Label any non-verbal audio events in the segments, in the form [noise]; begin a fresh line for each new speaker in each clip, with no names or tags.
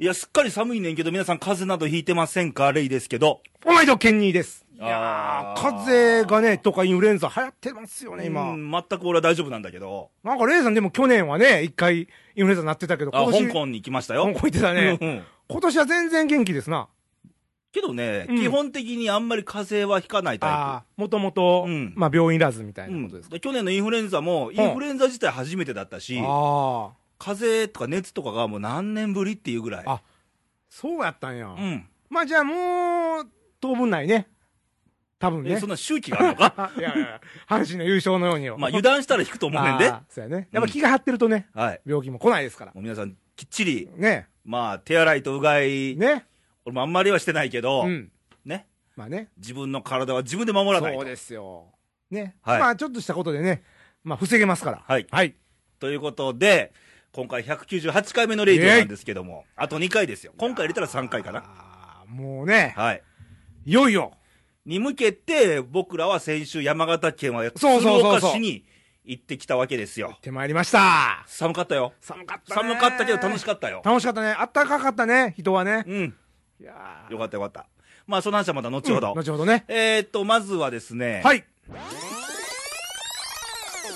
いや、すっかり寒いねんけど、皆さん風邪などひいてませんかレイですけど。
おめでとう、ケンニーです。い
あ
や
ー
ー、風邪がね、とかインフルエンザ流行ってますよね、
今。
今。
全く俺は大丈夫なんだけど。
なんか、レイさんでも去年はね、一回インフルエンザなってたけど、
あ、
今年
香港に来ましたよ。
香港行ってたね
う。んうん
今年は全然元気ですな。
けどね、
うん
基本的にあんまり風邪はひかないタ
ああ、もともと
うん、
まあ、病院いらずみた
イ
い
プ。う
なこ
ん
とですか。
で去年のインフルエンザも、インフルエンザ自体初めてだったし、
ああ、
風邪とか熱とかがもう何年ぶりっていうぐらい。
あそうやったんや
う。ん。
まあ、じゃあもう、当分ないね。多分
え、
ね
そん。な周期があるの
[laughs]
か
あいやいやいや、阪神の優勝のようによ。
まあ油断したら引くと思うねんで。
あーそうやね。やっぱ気が張ってるとね、
はい。
病気も来ないですから。
もう皆さん、きっちり、
ね。
まあ手洗いとうがい、
ね。
俺もあんまりはしてないけど、
うん。
ね。
まあね。
自分の体は自分で守らない
そ
と
う。ですよ。ね。
はい
まあ、ちょっとしたことでね、まあ、防げますから。
はい
はい。
ということで、今回198回目のレイディオなんですけども、あと2回ですよ。今回入れたら3回かな。
あーもうね、
はい。
いよいよ。
に向けて、僕らは先週山形県は鶴
そうそうそう
岡
そう
市に行ってきたわけですよ。
手参りました。
寒かったよ。
寒かったね。
寒かったけど楽し
か
かったよ
っ。楽しかったね。あったかかったね、人はね。
うん。
いやー
よかったよかった。まあ、その話はまた後ほど。
うん後ほどね。
えーっと、まずはですね、
はい。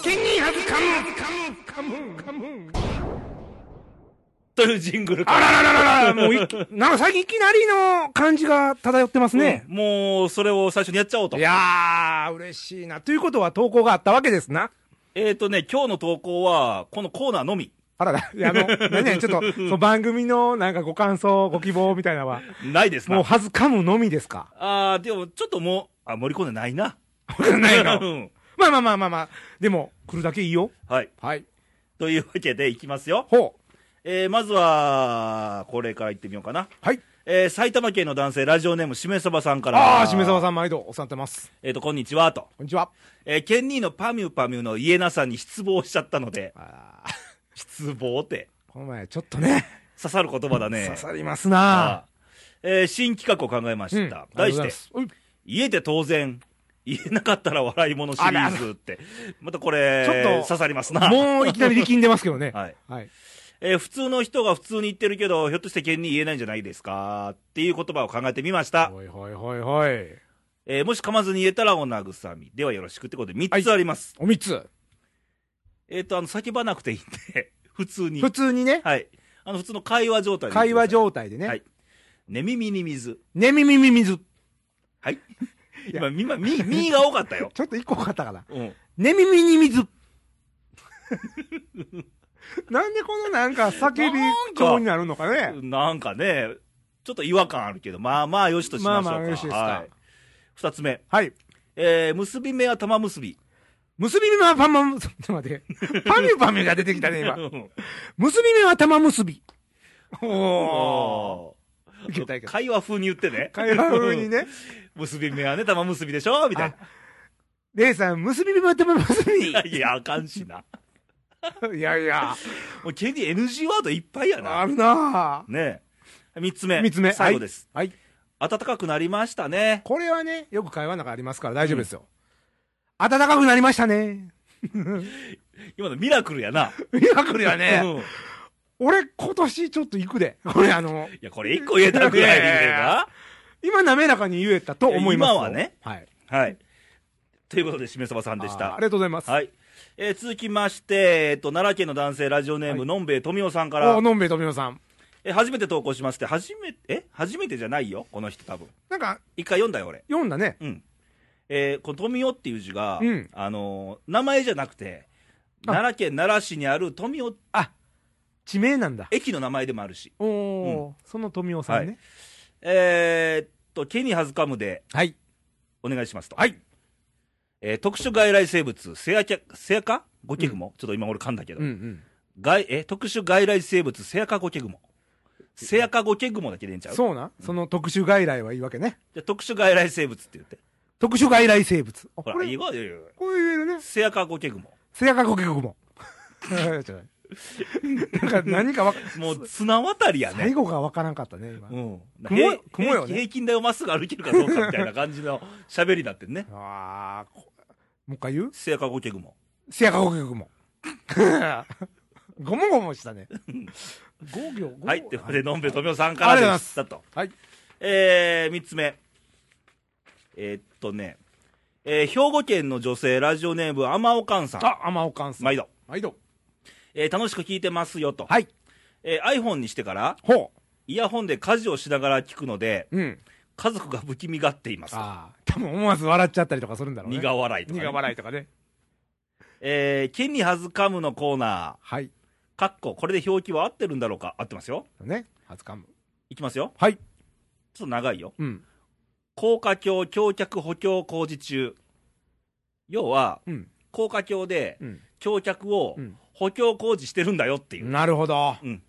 ケンニーハズカムンカムンカムンカムン
というジングルか
あ
ら。
ららららら、もういき、なんか最近いきなりの感じが漂ってますね
ね、。もう、それを最初にやっちゃおうと
い。やー、嬉しいな。ということは投稿があったわけですな。
えーっとね、今日の投稿は、このコーナーのみ。[laughs]
あらら、いやあの、何々ちょっと、その番組のなんかご感想、ご希望みたいなのは、
ないですな。
もうはずかむのみですか。
あー、でも、ちょっともう、あ、盛り込んでないな。
ないの
[laughs] [laughs] う。ん
まあまあまあまあまあ、でも、来るだけいいよ。
はい。
はい。
というわけで、いきますよ。
ほう。
えー、まずは、これからいってみようかな。
はい。
えー、埼玉県の男性、ラジオネーム、しめさばさんから。
ああ、しめさば
ん。
さん毎度、おさんってます。
えっ、と、こんにちは、と。
こんにちは。
えー、ケンニーのパミュパミュの家なさんに失望しちゃったので、
あ
失望って、
この前、ちょっとね、
刺さる言葉だね。
刺さりますな
あーえー、新企画を考えま
うん
し
ありが
た
と。う
題
ご
し
ざい
て
ま、すうい
家で当然、言えなかったら笑い物シリーズって。またこれ、
ちょっと
刺さりますな。
もういきなり力んでますけどね。
はい。
はい。
えー普通の人が普通に言ってるけど、ひょっとして県に言えないんじゃないですかっていう言葉を考えてみました。
ほいほいほいほい。
えーもし噛まずに言えたらお慰み。ではよろしくってことで3つあります。
お三つ。
えっ、と、あの、叫ばなくていいんで、 [laughs] 普通に
普。通にね、
はい。あの、普通の会話状態で言って
会
ください
話状態で
は
ね
い、寝耳に水。
ねみみみみず。
はい。
いや
今、今、み、みが多かったよ。
ちょっと一個多かったかな。 [laughs]
うん。
寝耳に水。なんでこのなんか叫び調になるのかね。
なんかね、ちょっと違和感あるけど、まあまあよしとしましょうか。
まあまあよしですか
はい。二つ目。
はい。
えー結び目は玉結び。
結び目はパンマン、ちょっと待って。パミュパミュが出てきたね、今
う。ん
結び目は玉結び。おー。
おー
いけたいけた。
会話風に言ってね。
会話風に。ね。
結び目はね、玉結びでしょみたい
レイさん、結び目は玉結 [laughs] び。
な。いや、あかんしな。
いやいや、
もう、権利 NG ワードいっぱいやな。
あるな
ねえ。三つ目。
三つ目
最後です。
はいはい。
暖かくなりましたね。
これはね、よく会話の中ありますから大丈夫ですよ。暖かくなりましたね。
今のミラクルやな。
ミラクルやね。
うん
俺、今年ちょっと行くで。これあの、
いや、これ一個言えたぐらいでいいんだよ
[laughs] いやいや
な。
今滑らかに言えたと思いますよ。
今はね。
はい。
はい。ということで、しめさばさんでし
あーあ
た。
りがとうございます。
はい。えー続きまして、えっと、奈良県の男性、ラジオネーム、のんべえとみおさんから
お、のんべえとみおさん。
えー初めて投稿しますって、初めて、え初めてじゃないよ、この人多分。
なんか、
一回読んだよ、俺。
読んだね。
うん。えーこの富雄っていう字が、
うん
あのー名前じゃなくて、
あ
奈良県奈良市にある富雄
地名なんだ。
駅の名前でもあるし、
おお、その富雄さんね。
えーっと、毛にはずかむで
はい。
お願いしますと。
はい。
えー特殊外来生物、セアキャ、セアカゴケグモ、ちょっと今俺噛んだけど、
うんうん。
外えー特殊外来生物、セアカゴケグモ。セアカゴケグモだけでいいんちゃう
そうな。その特殊外来はいいわけね。
じゃあ特殊外来生物って言って。
特殊外来生物。
ほ
あこ
ら、いい
れ、
よ、いいよいいよ
こういうね。
セアカゴケグモ。
セアカゴケ
[laughs]
グモ。なんか
[laughs]
何かわか、
もう綱渡りやね
最。後がわからんかったね、今。
うん。
雲
平
雲よね
平平均台をまっすぐ歩けるかどうかみたいな感じ
[laughs]
の喋りになってんね。
ああ、こもう一回言う
セアカゴケグモ。
[laughs] セアカゴケグモ。ごもごもしたね。 5行
はい、ということで、のんべとみおさん
あ
から
りがとうございま
ですす。だと。
はい。
えー、3つ目。えーっとね、えー兵庫県の女性ラジオネーム、あまおかんさん。
あ、甘おかんさん。
毎度。
毎度。
えー楽しく聞いてますよと。
はい。
えー iPhone にしてから、
ほ
イヤホンで家事をしながら聞くので、
う。うん。
家族が不気味がっています。
ああ。多分思わず笑っちゃったりとかするんだろうね。
苦笑いとか、ね。
苦笑いとかね。
えー、剣に恥ずかむのコーナ
はい。
ー、かっこ、これで表記は合ってるんだろうか合ってますよ。
ね。初かむ。
いきますよ。
はい。
ちょっと長いよ。
うん。
高架橋橋脚補強工事中。要は、
うん。
高架橋で
うん。
橋脚を
うん
補強工事してるんだよっていう。
なるほど。
うん。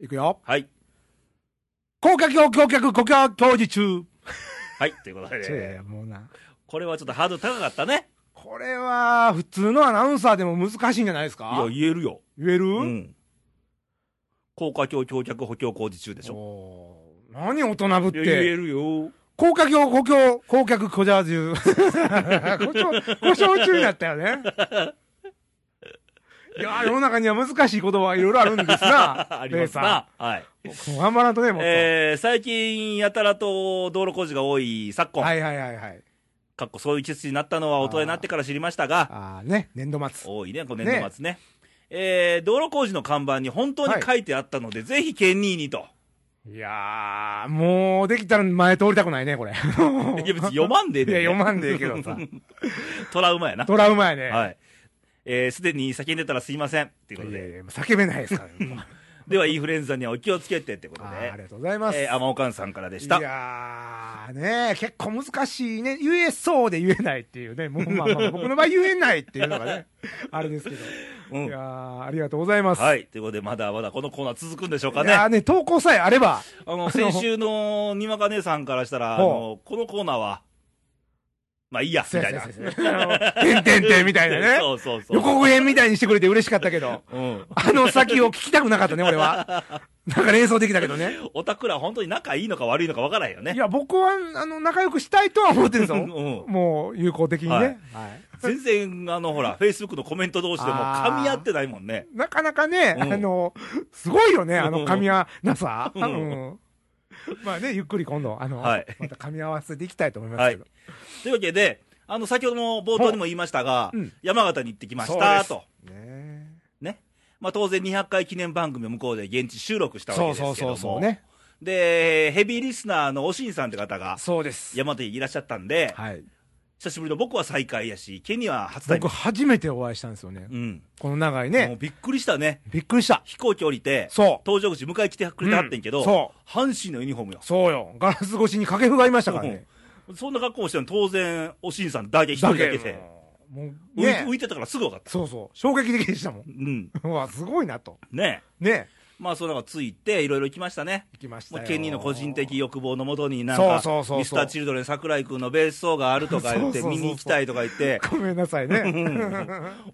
いくよ。
はい。
高架橋、橋脚、高架工事中。
はい。ということ
いやい
で、
やもうな。
これはちょっとハードル高かったね。
これは、普通のアナウンサーでも難しいんじゃないです
いや、
か
言えるよ。
言える
うん。高架橋橋脚補強工事中でしょ。
おー何大人ぶっ
いや言え
て。
るよ。 [laughs]
高架橋、高橋、高脚、小蛇中。 [laughs] 故障、故障中になったよね。いやー世の中には難しい言葉がいろいろあるんですな。
[laughs] ありますな。はい。
レイさん。頑張らんとね、もっと。
えー、最近やたらと道路工事が多い昨今、
はいはいはいはい。
かっこそういう季節になったのは大人になってから知りましたが、
ああね、年度末。
多いね、この年度末ね。えー、道路工事の看板に本当に書いてあったので、ぜひ県にに
[laughs]
と。
いやー、もうできたら前通りたくないね、これ。い
[laughs] い
や、
や、別に読まんでええ
いや、
ねん
読まんでええけど
[laughs]
さ。
トラウマやな。
トラウマやね。
はい。えーすでに叫んでたらすいません。ということ
いやい
で。
や、叫べないで
[laughs]
すからね。
では、インフルエンザにはお気をつけてってこと
あーあり
で。
がとうございます。
えー、天岡さんからでした
い。やー、ねえ結構難しいね。言えそうで言えないっていうね。もうまあ
[laughs]
まあ、僕の場合言えないっていうのがね、あれですけど。
う
いや
ん。
ー、ありがとうございます。
はい。ということで、まだまだこのコーナー続くんでしょうか
い
ね。
や
あ
ーね、投稿さえあれば、 [laughs]
の、先週のにわか姉さんからしたら、あの
ほ、
このコーナーは、まあいいや、みたいな。
そうやそうやそうやあのてんてんてんみたいなね。
[laughs] そうそうそう。
予告編みたいにしてくれて嬉しかったけど、
うん。
あの先を聞きたくなかったね、俺は。なんか連想できたけ
[laughs]
どね。
オタクら本当に仲いいのか悪いのかわからんよ
い
ね。
や、僕は、あの、仲良くしたいとは思ってるぞ
う。ん。
もう、有効的にね。
は
はいい。
全然、あの、ほ
[laughs]
ら、Facebook のコメント同士でも噛み合ってないもんね。
なかなかね、
うん
あの、すごいよね、あ
うん
の、噛み合わなさ。
う
うんん。まあね、ゆっくり今度、あの、
はい
また噛み合わせていきたいと思いますけど。
というわけで、あの、先ほどの冒頭にも言いましたが、
ほううん
山形に行ってきまし
そうで
た
す
と。
ね
ね。まあ、当然200回記念番組を向こうで現地収録したわけ
そ
で
う
すけど
そ
も。
うそうそうね。
で、ヘビーリスナーのおしんさんって方が、
そうです。
山形にいらっしゃったんで、
はい。
久しぶりの僕は再会やし、ケニは初対
僕
面。
初めてお会いしたんですよね。
うん。
この長い
もう
ね。
びっくりしたね。
びっくりした。
飛行機降りて、
そう。
搭乗口迎え来てくれてはってんけど、
うんそ
阪神のユニフォームよ。
そうよ。ガラス越しに掛布がいましたからね。
うんそんな格好をしてるの当然、おしんさんだけ、一人だけで。
もう、
浮い
ね
浮。いてたからすぐ分かった。
そうそう。衝撃的でしたもん。 [laughs]
うん。
うわ、すごいなと。
ね
ね。
まあ、そんなのがついて、いろいろ行きましたね。
行きました
もう
よ。
ケニーの個人的欲望のもとに、なん
そうそうそう
か、
そう
ミスター・チルドレン桜井君のベース奏があるとか言って、
[laughs] そうそうそうそう
見に行きたいとか言って、
ごめんなさいね。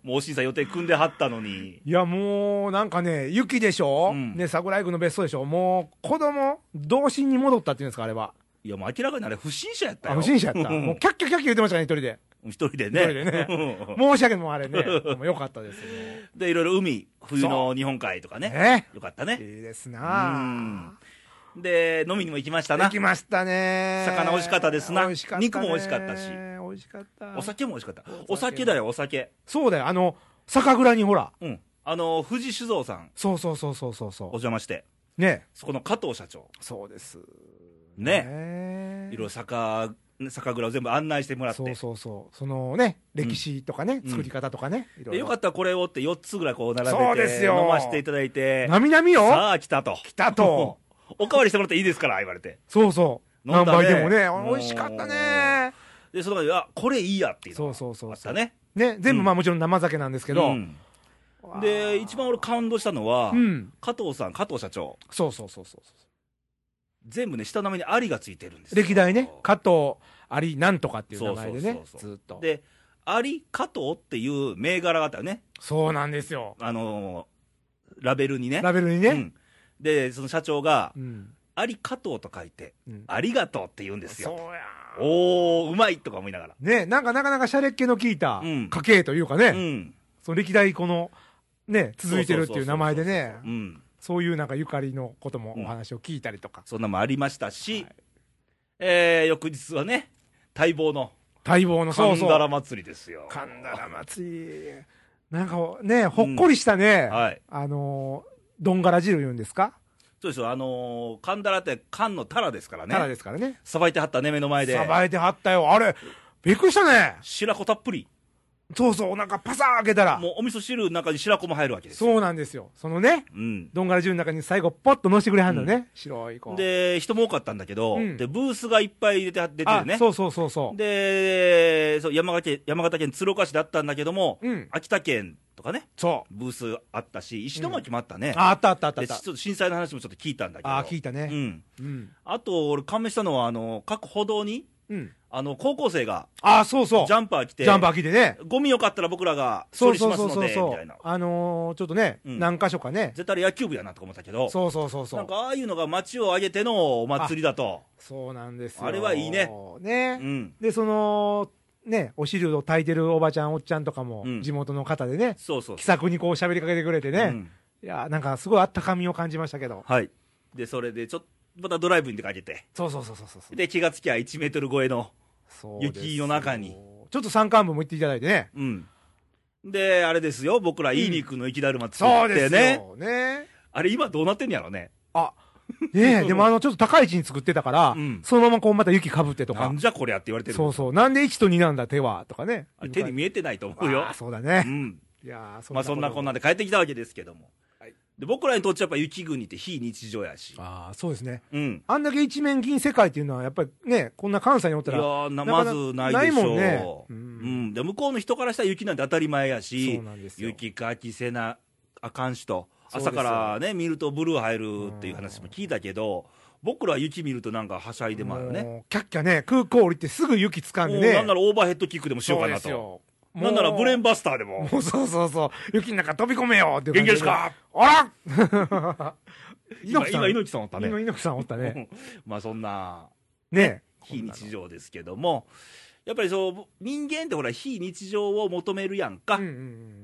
もうおしんさん予定組んではったのに、
いや、もう、なんかね、雪でしょ、
うん
ね、桜井君の別荘でしょもう、子供、童心に戻ったっていうんですか、あれは。
いや、もう明らかにあれ、不審者やった
あ
よ。
不審者やった。
うん
もう、キャッキャキャッキャ言ってましたね、一人で。
一人で
一人で
ね
ね。
うん
申し訳ない、もうあれね。もう良かったですね。
で、いろいろ海、冬の日本海とかね。
ね。
よかった
いい
ね。
です
うん
な。
で、飲みにも行きました
で
な
き。ましたね。
魚美味しかったですな
美味しかったね
肉も美味しかったし
美味しかった。
お酒も美味しかった。お
お酒
酒だよ、お酒。
そうだよ、あの、酒蔵にほら。
うん。あの、富士酒造さん、
そうそうそうそうそう
お
そ
邪魔して、
う。ね。
そこの加藤社長。
そうです。
ね。
ね
いろいろ酒、酒蔵を全部案内してもらって。
そうそうそうそのね歴史とかね、
うん
作り方とかね、いろい
で
ろ
よかったらこれをって4つぐらいこう並べて
そうですよ
飲ませていただいて
なみなみよ
さあ来たと
来たと
[laughs] おかわりしてもらっていいですから言われて
そうそう
飲ん
何
だね
杯でもね
うん
美味しかったね
でその中であこれいいやっていうのが
そうそうそう
あったね
ね全
う
部
ん
まあもちろん生酒なんですけど、
うんで一番俺感動したのは、
うん
加藤さん加藤社長
そうそうそうそう
全部ね下の名前に「あり」がついてるんですよ
歴代ね加藤ありなんとかっていう名前でね
そうそうそうそう
ずっと
で「あり加藤」っていう銘柄があったよね
そうなんですよ
あのーラベルにね
ラベルに
う
ね
んでその社長が
うん、うん
「あり加藤」と書いて「ありがとう」って言うんです
そう
よ
や
おおうまいとか思いながら
ねなんかなかなかシャレっ気の効いた
うん
家系というかね、
うん
その歴代このね続いてるっていう名前でね
うん、
そういうなんかゆかりのこともお話を聞いたりとか、
そんなのもありましたし、
はい
えー翌日はね、待望の
待望のそ
カ
う
ン
そう
ダラ祭りですよ。
神田ら祭りなんかねほっこりしたね、
はい。
あのーどんがら汁言うんですか、
そうですよ、あのー、カンダラってカンのタラですから
タラで
ね。
すからね
さばいてはったね、目の前で
さ。ばいてはったよあれびっくりしたね
白子たっぷり。
そうそうお腹パサー開けたら
もうお味噌汁の中に白子も入るわけですよ。
そうなんですよそのね
うん。
どんがら汁の中に最後ポッとのしてくれはんのね、白い子
で、人も多かったんだけど、
うん
で、ブースがいっぱい出ては出て
あ
るね。
そうそうそうそう
でそう山形県、山形県鶴岡市だったんだけども、
うん
秋田県とかね、
そう
ブースあったし、石巻もあったね、
ああったあったあったあっ
でち
た
ょっと震災の話もちょっと聞いたんだけど、
あー聞いた
う
ね
ん、
うん、うん
あと、俺、感銘したのは、あの各歩道にあの高校生が
ああそうそう
ジャンパー着て、
ジャンパー着てね
ゴミよかったら僕らが
そ
処
う
理し
そう
ます
そ
の
う
で
そうそ
みたいうな、
あのーちょっとね、
うん
何箇所かね
絶対あれ野球部やなとか思ったけど、
そうそうそうそ
な
うん
かああいうのが街を挙げてのお祭りだと、
そうなんですよ
あれはいいね
ね
うん、
でそのねお汁を炊いてるおばちゃんおっちゃんとかも、
うん
地元の方でね
そうそう
気さくにこう喋りかけてくれてね、
うん
いやなんかすごいあったかみを感じましたけど
はい、でそれでちょっとまたドライブに出かけて。
そうそうそうそうそう
で、気がつきゃ1メートル超えの。
そうですよ
雪の中に
ちょっと山間部も行っていただいてね
うん。で、あれですよ、僕ら、いい肉の生きだるま作
そう
って
です
ね。
よね
あれ、今どうなってんやろね。
あ
[laughs]
ねえでもあのちょっと高い位置に作ってたから、
うん
そのままこうまた雪かぶってと
な
か
んじゃこりゃって言われてる。
そうそうなんで1と2なんだ手はとかね
あれ手に見えてないと思うよ
あー。そうだ
う
ね、
ん。
いやー
まあ、そんなこんな
で
で帰ってきたわけですけども。
はい
で、僕らにとっちゃやっぱ雪国って非日常やし。
ああそうですね
うん。
あんだけ一面銀世界っていうのは、やっぱりね、こんな関西におっ
い
た
や
ら、
ーな
なか
ま
な
ずないでしょう。
ないも
うん
ねうん
ん。で、向こうの人からしたら雪なんて当たり前やし
そう、なんですよ
雪かきせなあかんしと、
そうです
朝
よ
からね、見るとブルー入るっていう話も聞いたけど、僕ら雪見るとなんかはしゃいでまうよね。
もうキャッキャね、空港降りてすぐ雪掴んで
もう
ね、
なんならオーバーヘッドキックでもしようかな
そうです
と。
よ
なんならブレーン
も
バスターで
[laughs]
も。
うもうそうそうそう、雪の中飛び込めよっていう
元
感
気
じ
ですか
あら
[laughs] 今、
猪木さ
今、
ん、
猪木さんおった
今
ね。
猪木さんおったね。
まあそんな、
ね
[laughs] 非日常ですけども、やっぱりそう、人間ってほら、非日常を求めるやんか。
うんうんうん。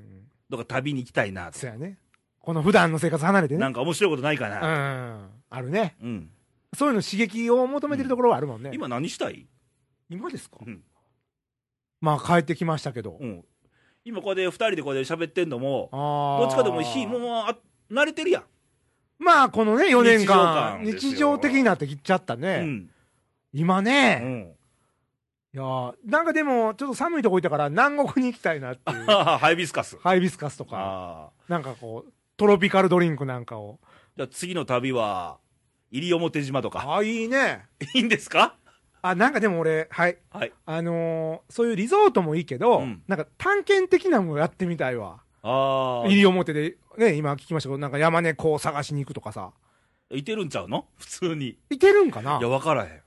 とか旅に行きたいなと
そうやね。この普段の生活離れて
な
ね。
んか面白いことないか
うん。
な。
あるね。
うん。
そういうの刺激を求めてるところはあるもんね。
今何したい
今ですか
うん
まあ帰ってきましたけど
う。ん。今こうで二人でこうで喋ってんのも、
ああ。
どっちかでも非、もうあ、慣れてるやん。
まあ、このね、4年間、
日常感ですよ
日常的になってきちゃったね。
うん。
今
う
ね、
ん。。
いやーなんかでも、ちょっと寒いとこ行ったから、南国に行きたいなっていう
[laughs] ハイビスカス。
ハイビスカスとか、
ああ。
なんかこう、トロピカルドリンクなんかを。
じゃあ次の旅は、西表島とか。
あ、いいね。
いいんですか
あ、なんかでも俺、はい。
はい。
あのーそういうリゾートもいいけど、
うん
なんか探検的なのもやってみたいわ。
ああ。
西表で、ね、今聞きましたけど、なんか山猫を探しに行くとかさ。
いてるんちゃうの普通に。
いてるんかない
や、わからへん。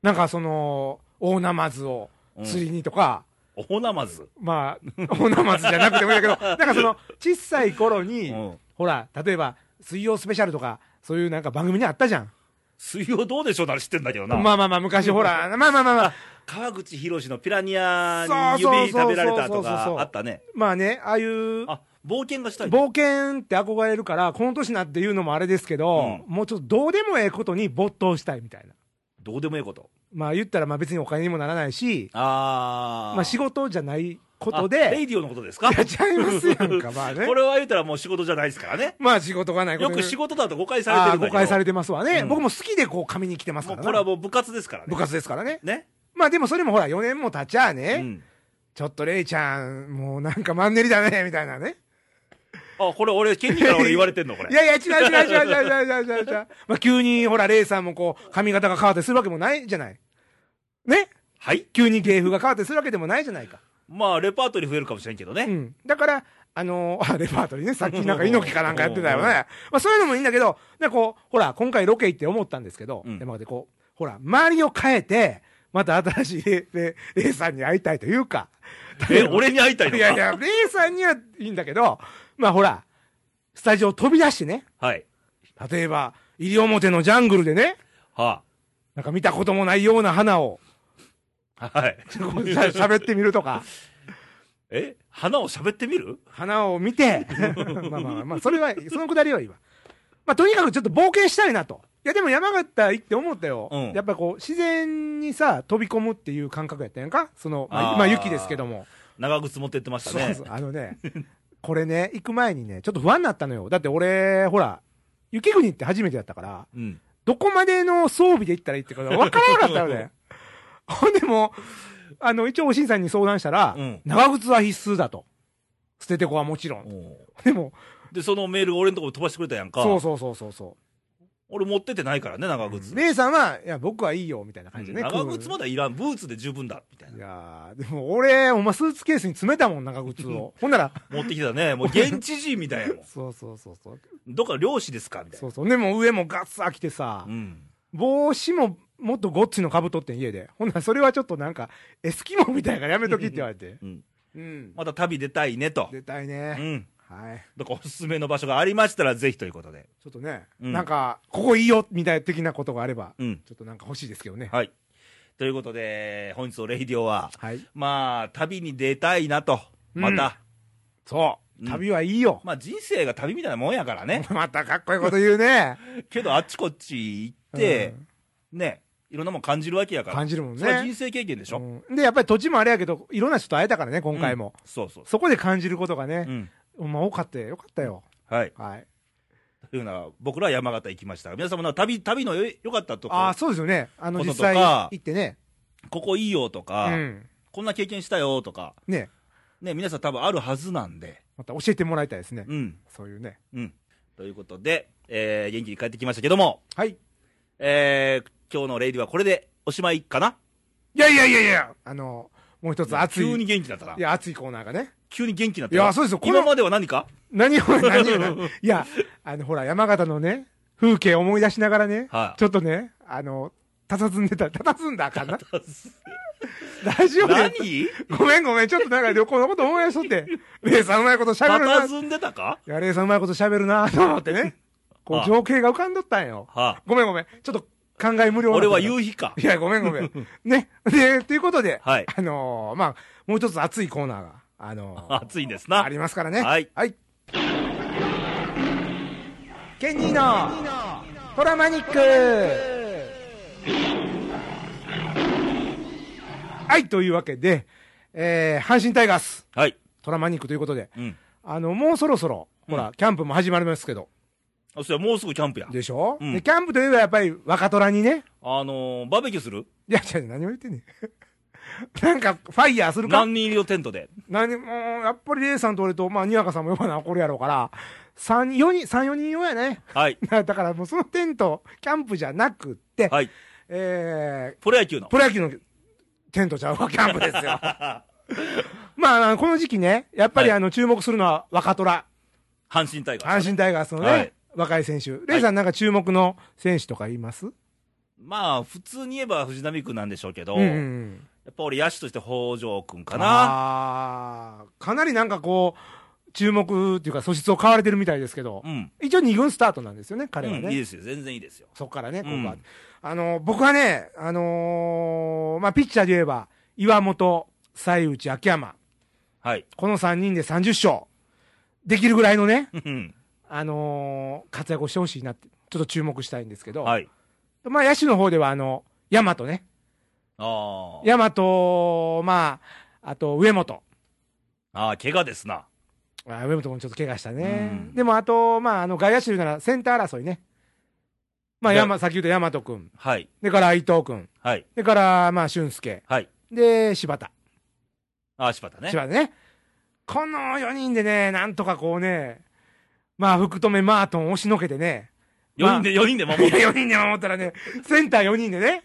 なんかその、大ナマズを釣りにとか、
おなまず。
まあ、 [laughs] オナマズじゃなくてもいいんだけど、なんかその、小さい頃
う
に、
ん。
ほら、例えば、水曜スペシャルとか、そういうなんか番組にあったじゃん。
水曜どうでしょうなら知ってんだけどな。
まあまあまあ、昔
[laughs]
ほら、まあまあまあまあ、
川口博士のピラニアに
そうそうそう
指食べられた
そ
と
うそうそう
かあったね。
まあね、ああいう、
あ、冒険がしたい。
冒険って憧れるから、この年になって言うのもあれですけど、
う
もうちょっとどうでもええことに没頭したいみたいな。
どうでもいいこと。
まあ言ったら、まあ別にお金にもならないし、
あー。
まあ仕事じゃないこと
あレイデ
で、
ィオのことですか
[laughs] やっちゃいますやんか、まあ
[laughs]
ね
こ。れは言うたらもう仕事じゃないですからね。
まあ仕事がないこと
よ
で
く仕事だと誤解されて
あ
る
あ
んだ
誤
けど。
解されてますわね。
うん
僕も好きでこう、紙に来てます
も
か
う
ら
これはもう部活ですからね。
部活ですからね。
ね。
まあでもそれもほら、4年も経っちゃあ
う
ね、
ん。
ちょっとレイちゃん、もうなんかマンネリだね、みたいなね。
あ、これ俺、ケニーから俺言われてんのこれ。
[laughs] いやいや、違う違う違う違う違う違う違う [laughs] 違う。まあ急にほら、レイさんもこう、髪型が変わってするわけもないじゃない。ね
はい。
急に芸風が変わってするわけでもないじゃないか。
まあ、レパートリー増えるかもしれんけど
う
ね。
ん。だから、あのーあ、 [laughs] レパートリーね、さっきなんか猪木かなんかやってたよね。まあそういうのもいいんだけど、なんかこう、ほら、今回ロケ行って思ったんですけど、
うん
山でこう、ほら、周りを変えて、また新しい [laughs] レイレイレイさんに会いたいというか。
え、俺に会いたいのか
いやいや、レイさんにはいいんだけど、まあほら、スタジオを飛び出してね、
はい。
例えば、西表のジャングルでね、
は
なんか見たこともないような花を [laughs]
あ。はい。
こうしゃ喋ってみるとか、
え花を喋ってみる [laughs]
花を見て、まあまあまあ、それは、そのくだりはいいわ。まあ、とにかくちょっと冒険したいなと。いや、でも山形行って思ったよ。
うん
やっぱこう、自然にさ、飛び込むっていう感覚やったやんかその、まあ、
あー
まあ雪ですけども。
長靴持ってってましたね。
あのね、これね、行く前にね、ちょっと不安になったのよ。だって俺、ほら、雪国って初めてやったから、
うん。
どこまでの装備で行ったらいいってことが分からなかったの
[laughs]
ね。ほんでもう、あの、一応おしんさんに相談したら、
うん
長靴は必須だと。捨ててこはもちろん。
おう
でも、
で、そのメール、俺のところ飛ばしてくれたやんか。
そうそうそうそうそ
俺持ってってないからね、長
う。
靴。
レイさんは、いや、僕はいいよ、みたいな感じでね。
長靴
来る
まだいらん、ブーツで十分だ、みたい
い
な。
やーでも俺、お前スーツケースに詰めたもん、長
[laughs]
靴を。ほんなら、
持ってきたね。もう現地人みたいやもん。
[laughs] そうそうそうそう。
どっか漁師ですかみたい
そ
な。
うそう。でもう上もガッツ飽きてさ、
うん。。
帽子ももっとごっついのかぶとってん家で。ほんならそれはちょっとなんか、エスキモみたいなからやめときって言われて
うん。
うん。
また旅出たいねと。
出たいうね。
ん。
はい。
だからおすすめの場所がありましたら、ぜひということで。
ちょっとね、
うん
なんか、ここいいよ、みたいな的なことがあれば、
うん。
ちょっとなんか欲しいですけどね。
はい。ということで、本日のレイディオは、
はい。
まあ、旅に出たいなと。
うん
また、う
そう。
ん
旅はいいよ。
まあ人生が旅みたいなもんやからね。
[laughs] またかっこいいこと言うね。
けどあっちこっち行って、ね、いろんなもん感じるわけやから。
感じるもんね
それは人生経験でしょ。
うんで、やっぱり土地もあれやけど、いろんな人と会えたからね、今回も。
うん。そうそうそ
そこで感じることが
う。う
ね、
ん。
まあ多かったよ。よかったよ。
はい。
はい。
というような、僕らは山形行きましたが、皆様の旅、旅のよ良かったとこ、
ああ、そうですよね。あの、
こと
実
とか
際行ってね。
ここいいよと
う
か、
ん。
こんな経験したよとか、
ね。
ね、皆さん多分あるはずなんで、
また教えてもらいたいですね。
うん、
そういうね。
うん。ということで、えー元気に帰ってきましたけども、
はい。
えー今日のレイディはこれでおしまいかない
やいやいやいやあの、もう一つ熱い。
急に元気だったら
い。や、熱いコーナーがね。
急に元気になったら
いやそうですよこの
今までは何か
何
[laughs]
を、何を何を、いや、あの、ほら、山形のね、風景を思い出しながらね、
はい
ちょっとね、あの、たたずんでた、たたずんだらあかんな。ラジオ
[laughs]
で、
何
[laughs] ごめんごめん、ちょっとなんか旅行のこと思い出しと
[laughs]
って、レイさんうまいこと喋
た
るな。
た
い
ずんでたか
や、レイさんうまいこと喋るな、と思ってね、こ
あ
う、情景が浮かんどったんよ。
はあ、
ごめんごめん、ちょっと考え無料な
俺は
う。
夕日か
い。や、ごめんごめ
[laughs]
ん。ね。で、ということで、
はい
あのーまあ、もう一つ熱いコーナーが、あのー
暑いんですな。
ありますからね。
はい
はい。ケニーのトラマニックはい、というわけで、えー、阪神タイガース、
はい。
トラマニックということで、
うん。
あの、もうそろそろ、ほら、キャンプも始まりますけど、
あそれもうすぐキャンプや。
でしょ、
うん
でキャンプといえばやっぱり若虎にね、
あのー、バーベキューする
いや、違う、何を言ってんねん。 [laughs] なんか、ファイヤーするか
何人入りのテントで。
何も、やっぱりレイさんと俺と、まあ、にわかさんも呼ばな怒るやろうから、三、四人、三、四人用やね。
はい。
[laughs] だからもうそのテント、キャンプじゃなくって、
はい。
え
プロ野球
ー、
の。
プロ野球のテントちゃうわ、キャンプで
[laughs]
すよ。まああの、この時期ね、やっぱり
はい
あの、注目するのは若虎、
阪神タイガース。
阪神タイガースのね、
はい
若い選手。レイさんなんか注目の選手とかいます、
まあ、普通に言えば藤浪君なんでしょうけど、
うんうんうん。
やっぱ俺野手として北条君かな。
あーかなりなんかこう、注目っていうか素質を買われてるみたいですけど
う、ん。
一応二軍スタートなんですよね、彼はね。
うん、いいですよ。全然いいですよ。
そこからね、ここは。
うん
あの、僕はね、あのーまあ、ピッチャーで言えば、岩本、西内、秋山、
はい。
この3人で30勝、できるぐらいのね、
うん
あのー活躍をしてほしいなって、ちょっと注目したいんですけど、
はい。
まあ、野手の方では、あの、大和ね、
ああ。
大和、まあ、あと、上本。
ああ、怪我ですな。
あ上本もちょっと怪我したね。
うん
でも、あと、まあ、あの、外野手で言うなら、センター争いね。まあ、
で
山、先ほど大和くん。
はい。
でから、伊藤くん。
はい。
でから、まあ、俊介。
はい。
で、柴田。
ああ、柴田ね。
千葉でね。この4人でね、なんとかこうね、まあ、福留マートンを押しのけてね。
4人で、四人で
い
守る。
や、4人で守ったらね、センター4人
[laughs]
でね、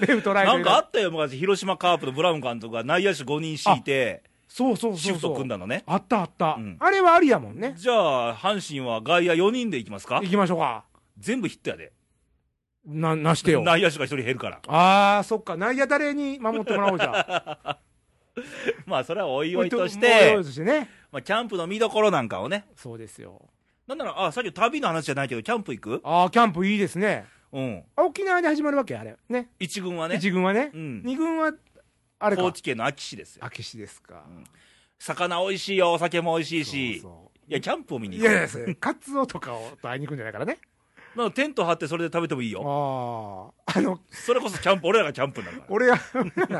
レフトライト
な
で
んかあったよ、昔。広島カープのブラウン監督が内野手5人敷いて、
そうそうそうそう。
シフト組んだのね。
あったあった、
うん
あれはありやもんね。
じゃあ、阪神は外野4人でいきますか
行きましょうか。
全部ヒットやで。
な、なしてよ。
内野手が1人減るから。
あー、そっか。内野誰に守ってもらおうじ
[laughs]
ゃん。
まあ、それはおいおいとし
おい
て
おい、としてね。
まあ、キャンプの見どころなんかをね。
そうですよ。
なんなら、あ、さっきの旅の話じゃないけど、キャンプ行く
あー、キャンプいいですね。
うん。
沖縄で始まるわけあれ。ね。
一軍はね。
一軍はね
う。ん。
二軍は、あれ
高
か。
知県の秋市ですよ。
秋市ですか。
魚美味しいよ、お酒も美味しいし。
そうそう
いや、キャンプを見に
い
行く。 [laughs]
やいや、それ、カツオとかをと会いに行くんじゃないからね。
なのでテント張ってそれで食べてもいいよ。
あああの
それこそキャンプ、俺らがキャンプなんだか
俺ら [laughs]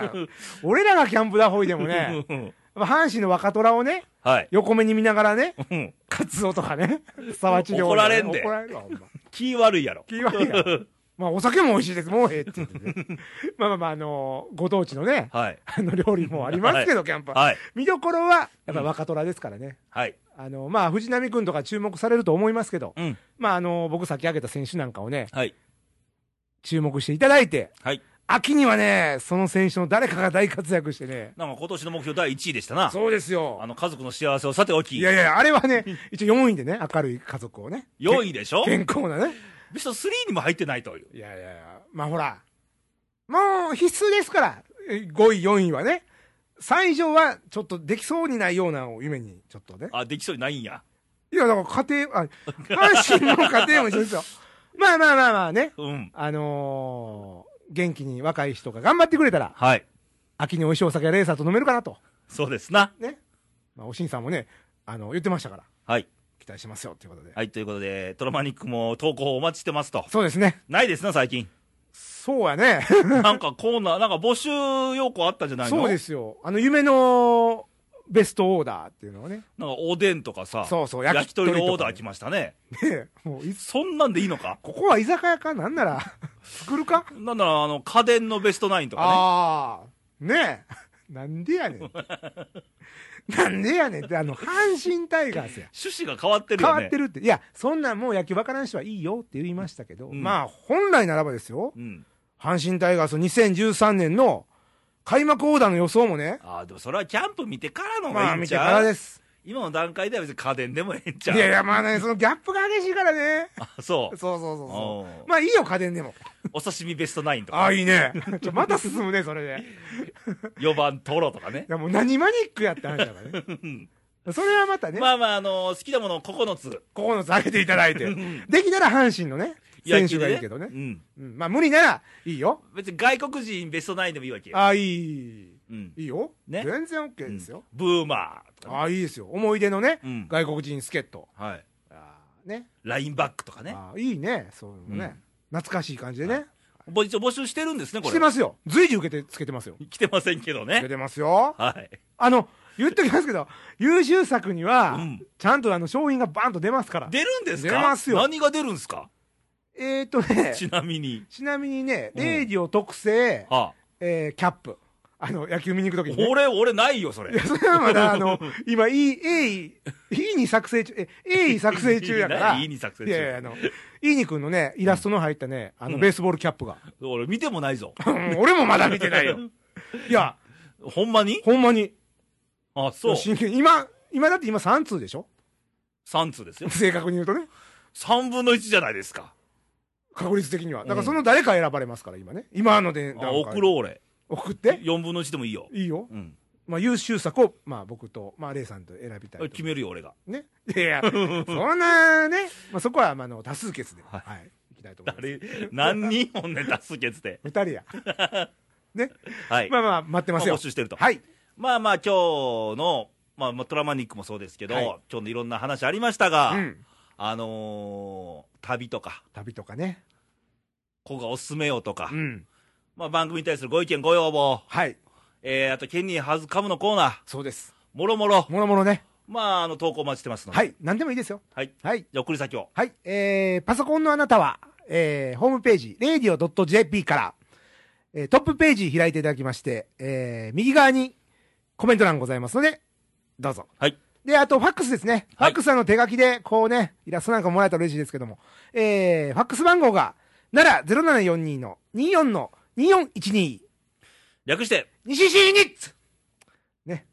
俺らがキャンプだほいでも
ら。
ね
うん
まあ阪神の若虎をね
はい。
横目に見ながらね
うん
カツオと
[laughs]
かね沢地涼
怒
とかね
られんで
怒られるわほんま
気悪いやろ。
気悪いやろまあお酒も美味しいですもうええって言ってね [laughs] まあまあまああのご当地のね
はい。
あの料理もありますけど、キャンプは
はい。
見どころはやっぱ若虎ですからね、
はい。
あのまあ、藤波君とか注目されると思いますけど、
うん。
まあ、あの僕、先挙げた選手なんかをね、
はい。
注目していただいて、
はい。
秋にはね、その選手の誰かが大活躍してね、
なんか今年の目標第1位でしたな。
そうです
あ
よ、
の、家族の幸せをさておき、
いやいや、あれはね、一応4位でね、明るい家族をね、
4位でしょ
健康なね、
ベスト3にも入ってないという。
いやいやいや、まあほら、もう必須ですから、5位、4位はね、3位以上はちょっとできそうにないようなを夢に、ちょっとね。
あ、できそうにないんや。
いや、だから家
[laughs]
庭、あ、阪神の家庭も一緒ですよ。まあまあまあまあね。
うん。
あのー元気に若い人が頑張ってくれたら、
はい。
秋に美味しいお酒やレーサーと飲めるかなと。
そうですな。
ね。まあ、おしんさんもね、あの、言ってましたから、
はい。
期待しますよ、ということで。
はい、ということで、トラマニックも投稿お待ちしてますと。
そうですね。
ないですな、最
[laughs]
近。
そうやね。
なんかコーナー、なんか募集要項あったんじゃないの。
そうですすよ。あの、夢のベストオーダーっていうのをね。
なんかおでんとかさ、
そうそう
焼
焼
き
き
鳥
鳥
のオー
と
ダ
かね
ー来ましたね。
ねもういつ、
そんなんでいいのか
ここは居酒屋かなんな [laughs] ら、作るか
なんだろう、あの、家電のベストナインとか
ああ、ねえ。なんでやね [laughs] ん。なんでやねんって、あの、阪神タイガースや
ね。。趣旨が変わってる
変
よね。
わってるって。いや、そんなんもう野球わからん人はいいよって言いましたけど、
うん
まあ、本来ならばですよ。
うん。
阪神タイガース2013年の開幕オーダーの予想もね、
ああ、でもそれはキャンプ見てからの方
ま
が
あ、
いいん
見
ち
て
ゃう、
からです。
今の段階では別に家電でもええんち
い
ゃう
やいや、まあね、そのギャップが激しいからね。
あそ
そう
う。
そうそうそ
おう
う。まあ、いいよ、家電でも。
お刺身ベストナインと
あ
か
あ、、いいね。ちょ、また進むね、それ
[laughs]
で。
4番トロとかね
い。や、もう何マニックやって話だからね。それはまたね。
まあまあ、あのー好きなもの9つ。
ここの下げていただいて、できたら阪神のね、選
野
手
球
が
で
いいけどね
う、ん。
うんまあ無理ならいいよ、
別に外国人ベストナインでもいいわけよ。
あいい、
うん。
いいよ、
ね
全然 OK
うん
ですよ、
ブーマーとかね、
あいいですよ、思い出のね、
うん
外国人助っ人、
はい。
あね
ラインバックとかね。
あいいね、そういうのね、懐かしい感じでね、
ぼ一応募集してるんですね、これ。
してますよ、随時受けてつけてますよ、
来てませんけど
つけ
ね。
てますよ、
はい。
あの、言っときます
[laughs]
けど、優秀作には、
うん
ちゃんとあの商品がバーンと出ますから、
出るんですか
出ますよ
何が出るんですか
えーとね、
ちなみに。
ちなみにね、
うん
レイディオ特製、
はあ。
えーキャップ、あの野球見に行くときに、ね。
俺、俺ないよ、そ
い
れ
や、。それはまだ、
[laughs]
あの、今、いい、えい、いいに作成中、え、えい作成中やから。
いいに作成中
いやいや、あの、いいにくんのね、イラストの入ったね、あの、ベースボールキャップが。
俺見てもないぞ。
うん俺もまだ見て
[laughs]
ないよ。いや、
ほんまに
ほんまに。
あ、そう。
真剣に今、今だって今3通でしょ
3通ですよ。
正確に言うとね。
3分の1じゃないです
[laughs]
か。
確率的には。だか
うん
らその誰か選ばれますから、今ね。今ので、
あ送ろう、俺。
う。送って。
4分の1でもいいよ。
いいよ。
うん。
まあ、優秀作を、まあ、僕と、まあ、レイさんと選びたいと。
決めるよ、俺が。
ね。い
[laughs]
やいや、そんなね、まあ、そこは、まあ、あの、多数決で。
は
はいい。いきたいと思います。
誰、何人本音出すけつっ
[laughs]
て。
二人や。ね。
はい。
まあまあ、待ってます
まあ
よ
募。集してると。
はい。
まあまあ、今日の、まあまあ、トラマニックもそうですけど、
はい
今日のいろんな話ありましたが、
うん。
あのー旅とか、
旅とかね。
ここがおすすめよとか、
うん。
まあ、番組に対するご意見、ご要望、
はい。
えー、あと、ケニーはずかむのコーナー、
そうです。
もろもろ、
もろもろね。
まあ、あの、投稿お待ちしてますので、。
はいい。何でもいいですよ。
はい。
はい。
じゃあ送り先を。
はい。えー、パソコンのあなたは、えー、ホームページ、radio.jp から、えー、トップページ開いていただきまして、えー、右側にコメント欄ございますので、どうぞ。
はい。
で、あと、ファックスですね。フ
はい
ァックスあの手書きで、こうね、イラストなんかもらえたら嬉しいですけども。えー、ファックス番号が、なら0742の24の2412。
略して、
西新にね。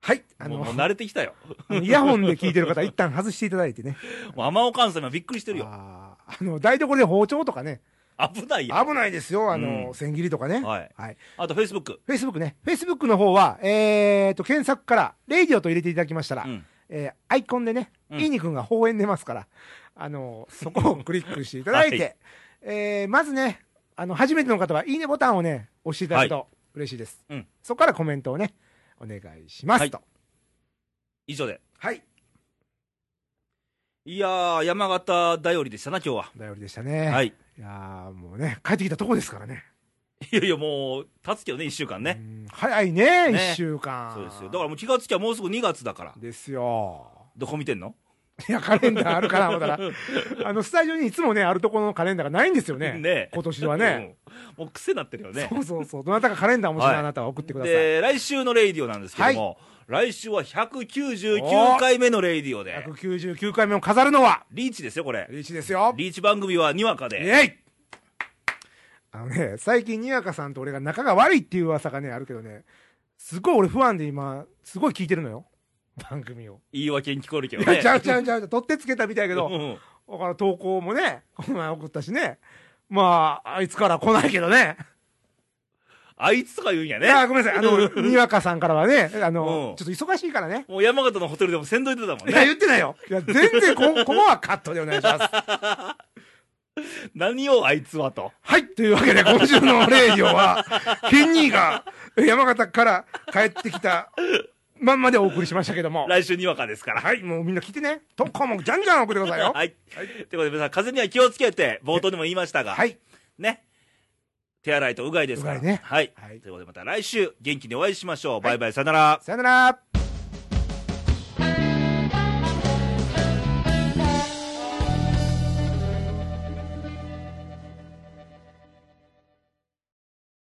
はい。あ
もうもう
の、
慣れてきたよ。
[laughs] イヤホンで聞いてる方、一旦外していただいてね。
もう、天岡さん今びっくりしてるよ。
あーあの、台所で包丁とかね。
危ないよ。
危ないですよ。あの、
うん
千切りとかね。
はい
はい。
あと、Facebook。
Facebook ね。Facebook の方は、えーと、検索から、レイディオと入れていただきましたら、
うん。
えーアイコンでね、
うん
いいにくんが放演出ますから、あの、そこをクリックしていただい
[laughs]
て、
はい
えーまずね、あの、初めての方は、いいねボタンをね、押していただくと嬉しいです。
うん
そこからコメントをね、お願いしますと。
以上で。
はい。
いやー、山形頼りでしたな、今日は。
頼りでしたね。。
はいい。 [laughs]
やーもうね、帰ってきたとこですからね。
いやいや、もう、経つけどね、1週間
う
ね。
ん。早いね、一
ね
週間。
そうですよ。だからもう気がつきゃもうすぐ2月だから。
ですよ。
どこ見てんの
いや、カレンダーあるから、まだ。あの、スタジオにいつもね、あるところのカレンダーがないんですよね。
ね
今年はね。
[laughs] うんもう癖になってるよね。
そうそうそう。どなたかカレンダー面白い
はい
あなたは送ってください。
で、来週のレイディオなんですけども、来週は199回目のレイディオで、
199回目を飾るのは、
リーチですよ、これ。
リーチですよ。
リーチ番組はにわかで。
イェイあのね、最近、にわかさんと俺が仲が悪いっていう噂がね、あるけどね、すごい俺不安で今、すごい聞いてるのよ。番組を。
言い訳に聞こえるけど
いや、
ね。
ちゃうちゃうちゃうちゃう。取ってつけたみたいやけ
う
ど、
ん
だから投稿もね、この前送ったしね。まあ、あいつから来ないけどね。
あいつとか言うんや
いや、
ね。
ごめんなさい。あ [laughs] の、にわかさんからはね、あの、
うん
ちょっと忙しいからね。
もう山形のホテルでも先導いてたもん
いや、
ね。
言ってないよ。いや、全然 [laughs] こ、ここはカットでお願いします。
何をあいつはと。
はい、というわけで、今週のレイディオは、ケンニーが山形から帰ってきたまんまでお送りしましたけど [laughs] も。
来週にわかですから。
はい、もうみんな聞いてね。投稿もじゃんじゃん送ってくださいよ。
はい。ということで皆さん、風邪には気をつけて、冒頭でも言いましたが、
はい。
ね。手洗いとうがいですから。
うがいね
はい。
はい
ということでまた来週、元気にお会いしましょう。バイバイ、さよなら。
さよなら。